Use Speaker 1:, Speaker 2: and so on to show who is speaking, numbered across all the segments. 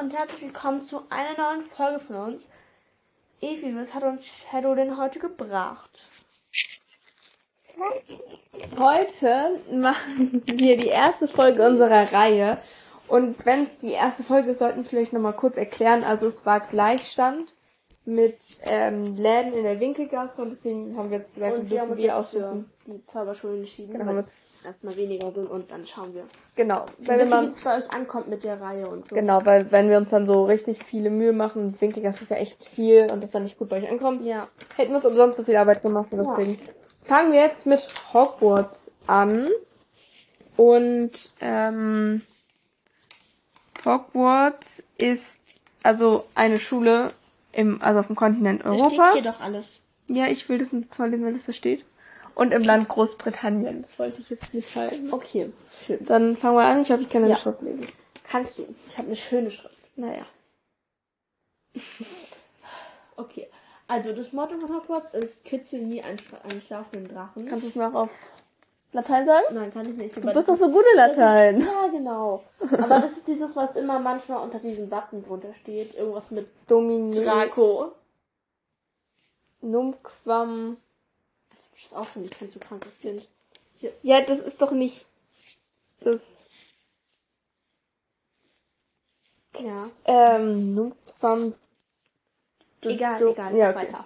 Speaker 1: und herzlich willkommen zu einer neuen Folge von uns. Evi, was hat uns Shadow denn heute gebracht?
Speaker 2: Heute machen wir die erste Folge unserer Reihe. Und wenn es die erste Folge ist, sollten wir vielleicht nochmal kurz erklären. Also es war Gleichstand mit ähm, Läden in der Winkelgasse und deswegen haben wir jetzt gesagt,
Speaker 1: und
Speaker 2: wir
Speaker 1: wir haben uns
Speaker 2: dürfen wir
Speaker 1: jetzt für
Speaker 2: aussuchen.
Speaker 1: die Zauberschulen entschieden,
Speaker 2: Genau,
Speaker 1: weil
Speaker 2: haben
Speaker 1: es erstmal weniger sind und dann schauen wir.
Speaker 2: Genau.
Speaker 1: Weil
Speaker 2: Weil wir
Speaker 1: wissen, wie
Speaker 2: mal,
Speaker 1: es bei euch ankommt mit der Reihe und so.
Speaker 2: genau, weil wenn wir uns dann so richtig viele Mühe machen, Winkelgasse ist ja echt viel und das dann nicht gut bei euch ankommt,
Speaker 1: Ja.
Speaker 2: hätten wir uns umsonst so viel Arbeit gemacht und
Speaker 1: Ja.
Speaker 2: deswegen fangen wir jetzt mit Hogwarts an. Und ähm, Hogwarts ist also eine Schule im, also auf dem Kontinent
Speaker 1: Da steht
Speaker 2: Europa.
Speaker 1: hier doch alles.
Speaker 2: Ja, ich will das nicht vorlesen, weil das da steht. Und im Land Großbritannien. Das wollte ich jetzt mitteilen.
Speaker 1: Okay, schön.
Speaker 2: Dann fangen wir an. Ich hoffe, ich kann deine
Speaker 1: Ja.
Speaker 2: Schrift lesen.
Speaker 1: Kannst du. Ich habe eine schöne Schrift.
Speaker 2: Naja.
Speaker 1: Okay. Also, das Motto von Hogwarts ist Kitzel nie einen, schla- einen schlafenden Drachen.
Speaker 2: Kannst du es noch auf Latein sagen?
Speaker 1: Nein, kann ich nicht.
Speaker 2: Du bist doch so gut in Latein.
Speaker 1: Ist, ja, genau. Aber das ist dieses, was immer manchmal unter diesen Wappen drunter steht. Irgendwas mit
Speaker 2: Domine
Speaker 1: Draco.
Speaker 2: numquam.
Speaker 1: Das ist auch für mich kein so krankes Kind. Hier.
Speaker 2: Ja, das ist doch nicht. Das.
Speaker 1: Ja.
Speaker 2: Ähm, numquam. Du-
Speaker 1: egal,
Speaker 2: du-
Speaker 1: egal.
Speaker 2: ja, okay.
Speaker 1: Weiter.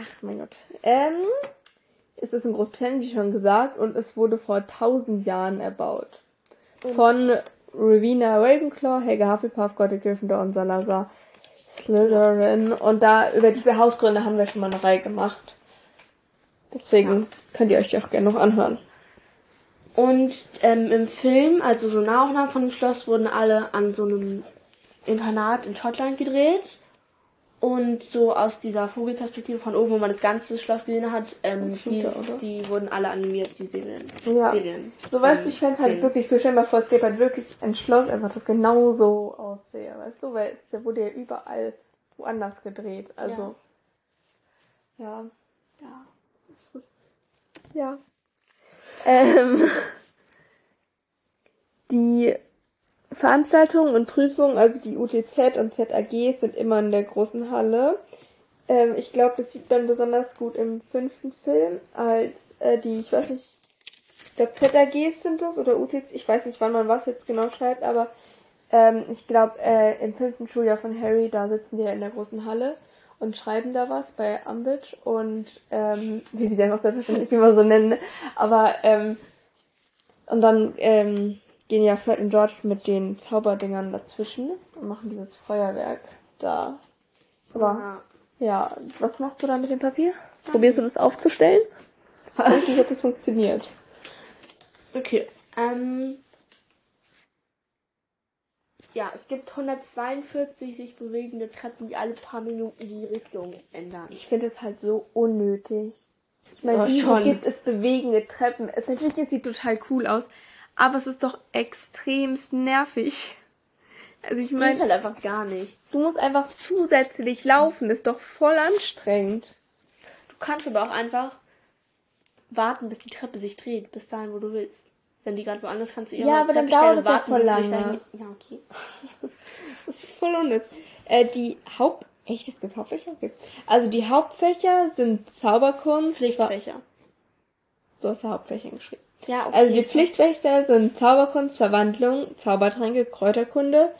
Speaker 2: Ach mein Gott. Ähm, ist es in Großbritannien, wie schon gesagt, und es wurde vor 1000 Jahren erbaut.
Speaker 1: Und-
Speaker 2: Von Rowena Ravenclaw, Helga Hufflepuff, Gothic Gryffindor und Salazar Slytherin. Und da über diese Hausgründe haben wir schon mal eine Reihe gemacht. Deswegen könnt ihr euch die auch gerne noch anhören.
Speaker 1: Und ähm, im Film, also so Nahaufnahmen von dem Schloss, wurden alle an so einem Internat in Schottland gedreht. Und so aus dieser Vogelperspektive von oben, wo man das ganze Schloss gesehen hat, ähm,
Speaker 2: Computer,
Speaker 1: die,
Speaker 2: oder?
Speaker 1: die wurden alle animiert, die Serien.
Speaker 2: Ja.
Speaker 1: Serien.
Speaker 2: So weißt du,
Speaker 1: Ähm,
Speaker 2: ich fänd's halt
Speaker 1: Szenen.
Speaker 2: wirklich cool. Stell dir mal vor, es gäbe halt wirklich ein Schloss, einfach das genau so aussehe, weißt du? Weil es wurde ja überall woanders gedreht. Also, ja.
Speaker 1: Ja.
Speaker 2: Das ist, ja. Ähm, die Veranstaltungen und Prüfungen, also die UTZ und ZAG, sind immer in der großen Halle. Ähm, ich glaube, das sieht man besonders gut im fünften Film, als äh, die, ich weiß nicht, ich glaube ZAGs sind das oder UTZ, ich weiß nicht, wann man was jetzt genau schreibt, aber ähm, ich glaube, äh, im fünften Schuljahr von Harry, da sitzen die ja in der großen Halle und schreiben da was bei Umbridge und ähm, wie wir sie einfach selbstverständlich immer so nennen, ne? aber ähm, und dann ähm, gehen ja Fred und George mit den Zauberdingern dazwischen und machen dieses Feuerwerk da. Aber
Speaker 1: Ja.
Speaker 2: ja, was machst du da mit dem Papier? Probierst du das aufzustellen? Ich weiß nicht, ob das funktioniert.
Speaker 1: Okay. Ähm, ja, es gibt 142 sich bewegende Treppen, die alle paar Minuten die Richtung ändern.
Speaker 2: Ich finde es halt so unnötig. Ich meine,
Speaker 1: Ja,
Speaker 2: wieso
Speaker 1: schon.
Speaker 2: gibt es bewegende Treppen? Es- Natürlich, das sieht total cool aus, aber es ist doch extremst nervig. Also ich
Speaker 1: Bringt
Speaker 2: meine,
Speaker 1: halt einfach gar nichts.
Speaker 2: du musst einfach zusätzlich laufen, ist doch voll anstrengend.
Speaker 1: Du kannst aber auch einfach warten, bis die Treppe sich dreht, bis dahin, wo du willst. Wenn die gerade woanders kannst du ihre
Speaker 2: Ja, aber dann
Speaker 1: Treppe stellen
Speaker 2: dauert
Speaker 1: und
Speaker 2: es ja
Speaker 1: warten,
Speaker 2: voll
Speaker 1: bis sie sich
Speaker 2: lange.
Speaker 1: dahin- Ja, okay.
Speaker 2: Das ist voll unnütz. Äh, die Haupt... Echt, es gibt Hauptfächer? Okay. Also die Hauptfächer sind Zauberkunst.
Speaker 1: Pflichtfächer.
Speaker 2: Du hast ja Hauptfächer geschrieben.
Speaker 1: Ja, okay.
Speaker 2: Also die
Speaker 1: so.
Speaker 2: Pflichtwächter sind Zauberkunst, Verwandlung, Zaubertränke, Kräuterkunde,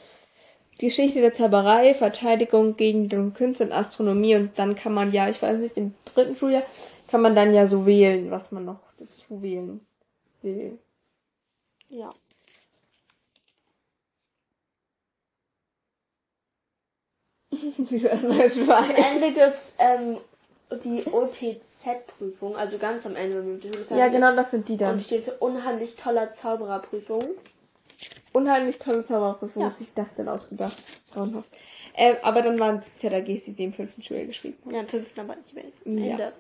Speaker 2: Geschichte der Zauberei, Verteidigung gegen dunkle Künste und Astronomie und dann kann man ja, ich weiß nicht, im dritten Schuljahr kann man dann ja so wählen, was man noch dazu wählen will.
Speaker 1: Ja.
Speaker 2: Wie du erstmal
Speaker 1: Am
Speaker 2: schweigst.
Speaker 1: Ende gibt's ähm, die OTZ-Prüfung, also ganz am Ende, wenn du die Schule
Speaker 2: Ja,
Speaker 1: fertig
Speaker 2: genau, das sind die
Speaker 1: Und
Speaker 2: dann.
Speaker 1: steht für unheimlich toller Zaubererprüfung.
Speaker 2: Unheimlich tolle Zauberprüfung.
Speaker 1: Ja.
Speaker 2: Hat sich das denn ausgedacht? Grauenhaft. Äh, aber dann waren es ja da GCC die sie im fünften Schuljahr geschrieben haben.
Speaker 1: Ja, im fünften, aber ich will.
Speaker 2: Ja.
Speaker 1: Ende.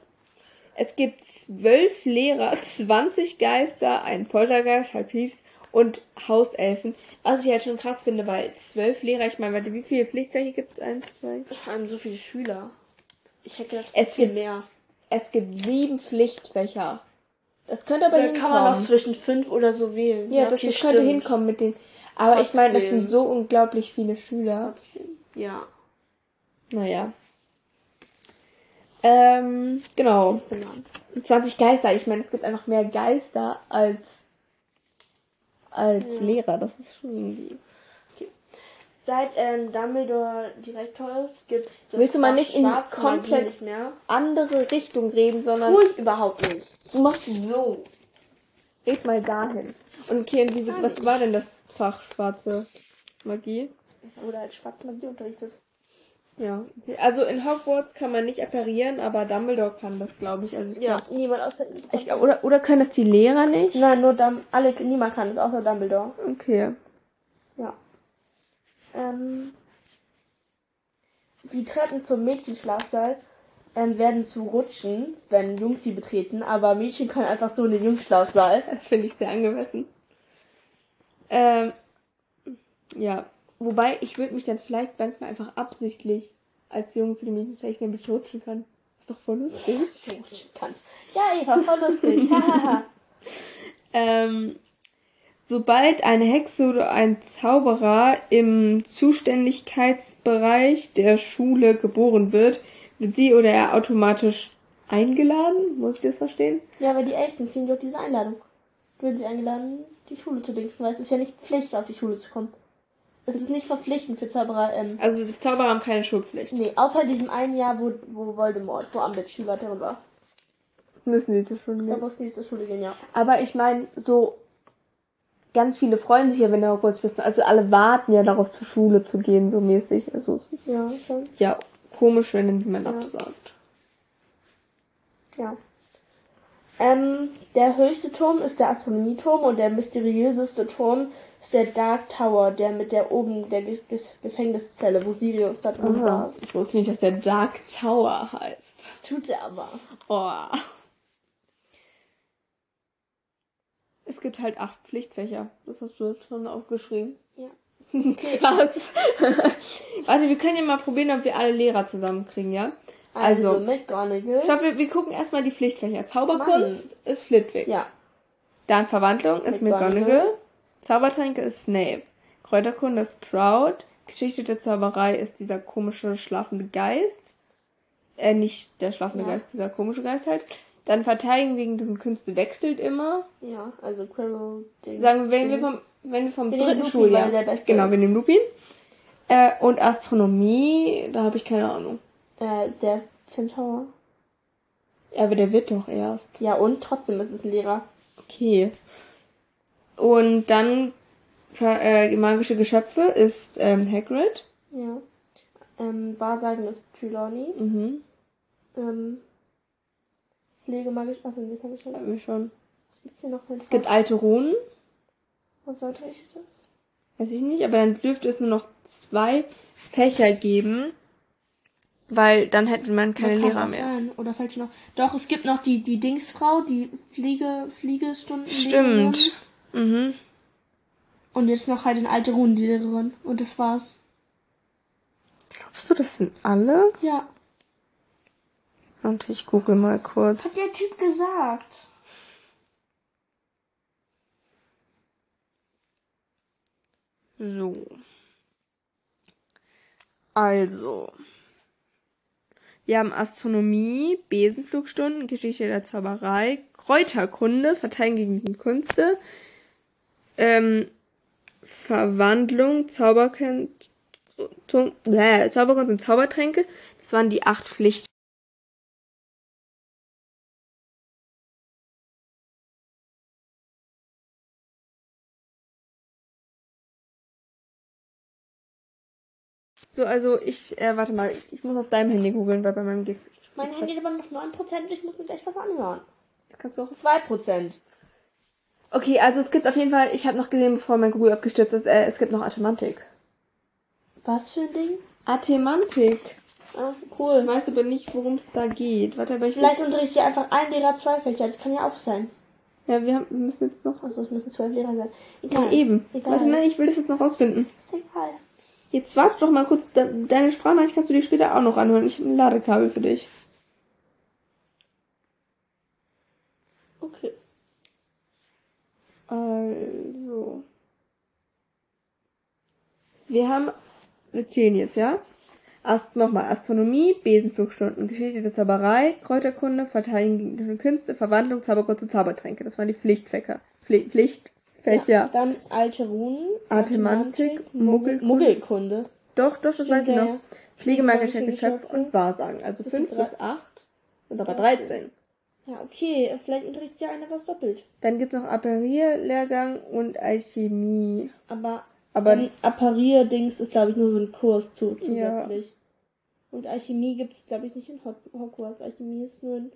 Speaker 2: Es gibt zwölf Lehrer, 20 Geister, einen Poltergeist, Halbhiefs und Hauselfen. Was ich halt schon krass finde, weil zwölf Lehrer, ich meine, warte, wie viele Pflichtfächer gibt es? Eins, zwei.
Speaker 1: Vor allem so viele Schüler. Ich hätte gedacht,
Speaker 2: Es
Speaker 1: viel
Speaker 2: gibt-
Speaker 1: mehr.
Speaker 2: Es gibt sieben Pflichtfächer. Das könnte aber
Speaker 1: Da
Speaker 2: hinkommen.
Speaker 1: kann man noch zwischen fünf oder so wählen.
Speaker 2: ja, das,
Speaker 1: okay,
Speaker 2: das könnte
Speaker 1: stimmt.
Speaker 2: hinkommen mit den. Aber ich meine, es
Speaker 1: Trotzdem.
Speaker 2: sind so unglaublich viele Schüler.
Speaker 1: Ja,
Speaker 2: Naja. Ähm, genau.
Speaker 1: genau.
Speaker 2: 20 Geister. Ich meine, es gibt einfach mehr Geister als als Lehrer. Das ist schon irgendwie.
Speaker 1: Seit ähm, Dumbledore Direktor ist, gibt's das
Speaker 2: Willst du mal
Speaker 1: Fach
Speaker 2: nicht in die
Speaker 1: Schwarze
Speaker 2: komplett-
Speaker 1: Magie nicht mehr?
Speaker 2: andere Richtung reden, sondern
Speaker 1: Tue ich überhaupt nicht.
Speaker 2: du machst so. Red mal dahin. Und okay, und wieso,
Speaker 1: Gar
Speaker 2: was
Speaker 1: nicht.
Speaker 2: war denn das Fach schwarze Magie?
Speaker 1: Oder
Speaker 2: halt
Speaker 1: als schwarze Magie unterrichtet.
Speaker 2: Ja. Also in Hogwarts kann man nicht apparieren, aber Dumbledore kann das, glaube ich. Also ich
Speaker 1: Ja,
Speaker 2: glaub-
Speaker 1: niemand außer ihm.
Speaker 2: Ich glaub, oder, oder können das die Lehrer nicht?
Speaker 1: Nein, nur Dum alle, niemand kann es, außer Dumbledore.
Speaker 2: Okay.
Speaker 1: Ja. Ähm, die Treppen zum Mädchenschlafsaal ähm, werden zu rutschen, wenn Jungs sie betreten, aber Mädchen können einfach so in den Jungsschlafsaal.
Speaker 2: Das finde ich sehr angemessen. Ähm, ja. Wobei, ich würde mich dann vielleicht manchmal einfach absichtlich als Jungen zu den Mädchen stechen, damit ich rutschen kann. Ist doch voll lustig.
Speaker 1: Rutschen kannst. Ja, Eva, voll lustig. Hahaha.
Speaker 2: Ähm, sobald eine Hexe oder ein Zauberer im Zuständigkeitsbereich der Schule geboren wird, wird sie oder er automatisch eingeladen. Muss ich das verstehen?
Speaker 1: ja, aber die Elfen kriegen doch diese Einladung. Die werden sich eingeladen, die Schule zu denken, weil es ist ja nicht Pflicht, auf die Schule zu kommen. Es ist nicht verpflichtend für Zauberer, ähm,
Speaker 2: Also die Zauberer haben keine Schulpflicht.
Speaker 1: nee, außer diesem einen Jahr, wo, wo Voldemort, wo Ambit Schüler drin war.
Speaker 2: Müssen die zur Schule
Speaker 1: Da
Speaker 2: gehen.
Speaker 1: mussten die zur Schule gehen, ja.
Speaker 2: Aber ich meine, so ganz viele freuen sich ja, wenn der Hogwarts beginnt. Also alle warten ja darauf, zur Schule zu gehen, so mäßig. Also es ist ja,
Speaker 1: Ja, schon.
Speaker 2: komisch, wenn dann jemand
Speaker 1: Ja.
Speaker 2: absagt.
Speaker 1: Ja. Ähm, der höchste Turm ist der Astronomieturm und der mysteriöseste Turm ist der Dark Tower, der mit der oben der Ge- Ge- Gefängniszelle, wo Sirius da drin saß.
Speaker 2: Ich wusste nicht, dass der Dark Tower heißt.
Speaker 1: Tut er aber.
Speaker 2: Oh. Es gibt halt acht Pflichtfächer. Das hast du jetzt schon aufgeschrieben.
Speaker 1: Ja.
Speaker 2: Krass. Warte, wir können ja mal probieren, ob wir alle Lehrer zusammenkriegen, ja?
Speaker 1: Also,
Speaker 2: Also.
Speaker 1: McGonagall.
Speaker 2: Ich glaube, wir, wir gucken erstmal die Pflichtfächer. Zauberkunst ist Flitwick.
Speaker 1: ja.
Speaker 2: Dann Verwandlung ist
Speaker 1: McGonagall.
Speaker 2: McGonagall. Zaubertränke ist Snape. Kräuterkunde ist Proud. Geschichte der Zauberei ist dieser komische schlafende Geist. Äh, nicht der schlafende
Speaker 1: Ja.
Speaker 2: Geist, dieser komische Geist halt. Dann verteidigen wegen den Künste wechselt immer.
Speaker 1: Ja, also Quirrell. Dings,
Speaker 2: Sagen wir, wenn wir
Speaker 1: Dings.
Speaker 2: vom, wenn wir
Speaker 1: Wir
Speaker 2: vom
Speaker 1: nehmen
Speaker 2: dritten
Speaker 1: Lupin,
Speaker 2: Schuljahr.
Speaker 1: weil er der Beste
Speaker 2: Genau,
Speaker 1: ist.
Speaker 2: wir nehmen Lupin. Äh, und Astronomie, da habe ich keine Ahnung.
Speaker 1: Äh, der Centaur.
Speaker 2: Ja, aber der wird doch erst.
Speaker 1: Ja, und trotzdem ist es ein Lehrer.
Speaker 2: Okay. Und dann ver- äh, magische Geschöpfe ist ähm, Hagrid.
Speaker 1: Ja. Ähm, Wahrsagen ist Trelawney.
Speaker 2: Mhm.
Speaker 1: Ähm, Pflegemagisch. Achso, das habe ich also, schon.
Speaker 2: Hatten wir schon.
Speaker 1: Was gibt's hier noch für ein
Speaker 2: Es gibt alte Runen,
Speaker 1: Was unterrichtet das?
Speaker 2: weiß ich nicht, aber dann dürfte es nur noch zwei Fächer geben, weil dann hätte man
Speaker 1: Man
Speaker 2: keine
Speaker 1: kann
Speaker 2: Lehrer
Speaker 1: auch
Speaker 2: mehr.
Speaker 1: Sein. Oder fällt dir noch. Doch, es gibt noch die, die Dingsfrau, die Fliege, Fliegestunden.
Speaker 2: Stimmt. Mhm.
Speaker 1: Und jetzt noch halt den alte Runen, die Lehrerin. Und das war's.
Speaker 2: Glaubst du, das sind alle?
Speaker 1: Ja.
Speaker 2: Und ich google mal
Speaker 1: Hat
Speaker 2: kurz.
Speaker 1: der Typ gesagt.
Speaker 2: So. Also. Wir haben Astronomie, Besenflugstunden, Geschichte der Zauberei, Kräuterkunde, Verteilen gegen die Künste, ähm, Verwandlung, Zauberkunst, bläh, Zauberkunst und Zaubertränke. Das waren die acht Pflicht. So, also ich, äh, warte mal, ich muss auf deinem Handy googeln, weil bei meinem geht's.
Speaker 1: Mein Handy hat aber noch 9%, ich muss mir gleich was anhören.
Speaker 2: Das kannst du auch
Speaker 1: 2%.
Speaker 2: Okay, also es gibt auf jeden Fall, ich habe noch gesehen, bevor mein Google abgestürzt ist, äh, es gibt noch Athemantik.
Speaker 1: Was für ein Ding?
Speaker 2: Athemantik.
Speaker 1: Ah,
Speaker 2: Ich
Speaker 1: cool.
Speaker 2: weiß aber nicht, worum es da geht. Warte, aber ich
Speaker 1: Vielleicht unterrichtet ihr einfach ein Lehrer zwei Fächer, das kann ja auch sein.
Speaker 2: Ja, wir, haben, wir müssen jetzt noch.
Speaker 1: Also es müssen zwölf Lehrer sein.
Speaker 2: Ja,
Speaker 1: Egal.
Speaker 2: eben.
Speaker 1: Egal.
Speaker 2: Warte, nein, ich will das jetzt noch rausfinden.
Speaker 1: Ist egal.
Speaker 2: Jetzt warte doch mal kurz. De deine Sprachnachricht kannst du dir später auch noch anhören. Ich habe ein Ladekabel für dich.
Speaker 1: Okay.
Speaker 2: Also. Wir haben, wir zählen jetzt, ja? Ast, nochmal, Astronomie, Besenflugstunden, Geschichte der Zauberei, Kräuterkunde, Verteidigung gegen dunkle Künste, Verwandlung, Zauberkunst und Zaubertränke. Das waren die Pflichtfächer. Pfli Pflichtfächer.
Speaker 1: Dann alte Runen.
Speaker 2: Artemantik,
Speaker 1: Muggel
Speaker 2: Muggel-
Speaker 1: Muggelkunde.
Speaker 2: Doch, doch, das weiß ich
Speaker 1: Ja,
Speaker 2: noch.
Speaker 1: ja.
Speaker 2: Pflegemerkliche Geschöpfe
Speaker 1: Geschöpfe.
Speaker 2: und Wahrsagen. Also
Speaker 1: Das
Speaker 2: fünf
Speaker 1: sind drei-
Speaker 2: bis acht sind aber
Speaker 1: Dreizehn.
Speaker 2: 13.
Speaker 1: Ja, okay. Vielleicht unterrichtet ja einer was doppelt.
Speaker 2: Dann gibt's noch Apparierlehrgang und Alchemie.
Speaker 1: Aber
Speaker 2: Aber
Speaker 1: ähm, Apparier-Dings ist, glaube ich, nur so ein Kurs zu, zusätzlich. Und Alchemie gibt es, glaube ich, nicht in Hog- Hogwarts. Alchemie ist nur in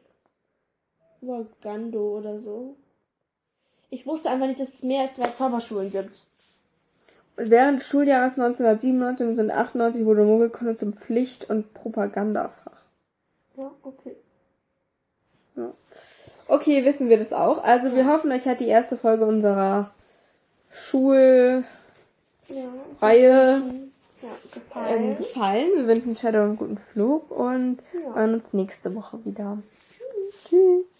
Speaker 1: Wagando oder so. Ich wusste einfach nicht, dass es mehr als zwei Zauberschulen gibt.
Speaker 2: während des Schuljahres 1997 und 1998 wurde Muggelkunde zum Pflicht- und Propagandafach.
Speaker 1: Ja, okay.
Speaker 2: Okay, wissen wir das auch. Also wir hoffen, euch hat die erste Folge unserer Schulreihe
Speaker 1: Ja. Ja,
Speaker 2: ähm,
Speaker 1: gefallen.
Speaker 2: gefallen. Wir wünschen Shadow einen guten Flug und
Speaker 1: Ja.
Speaker 2: hören uns nächste Woche wieder. Tschüss.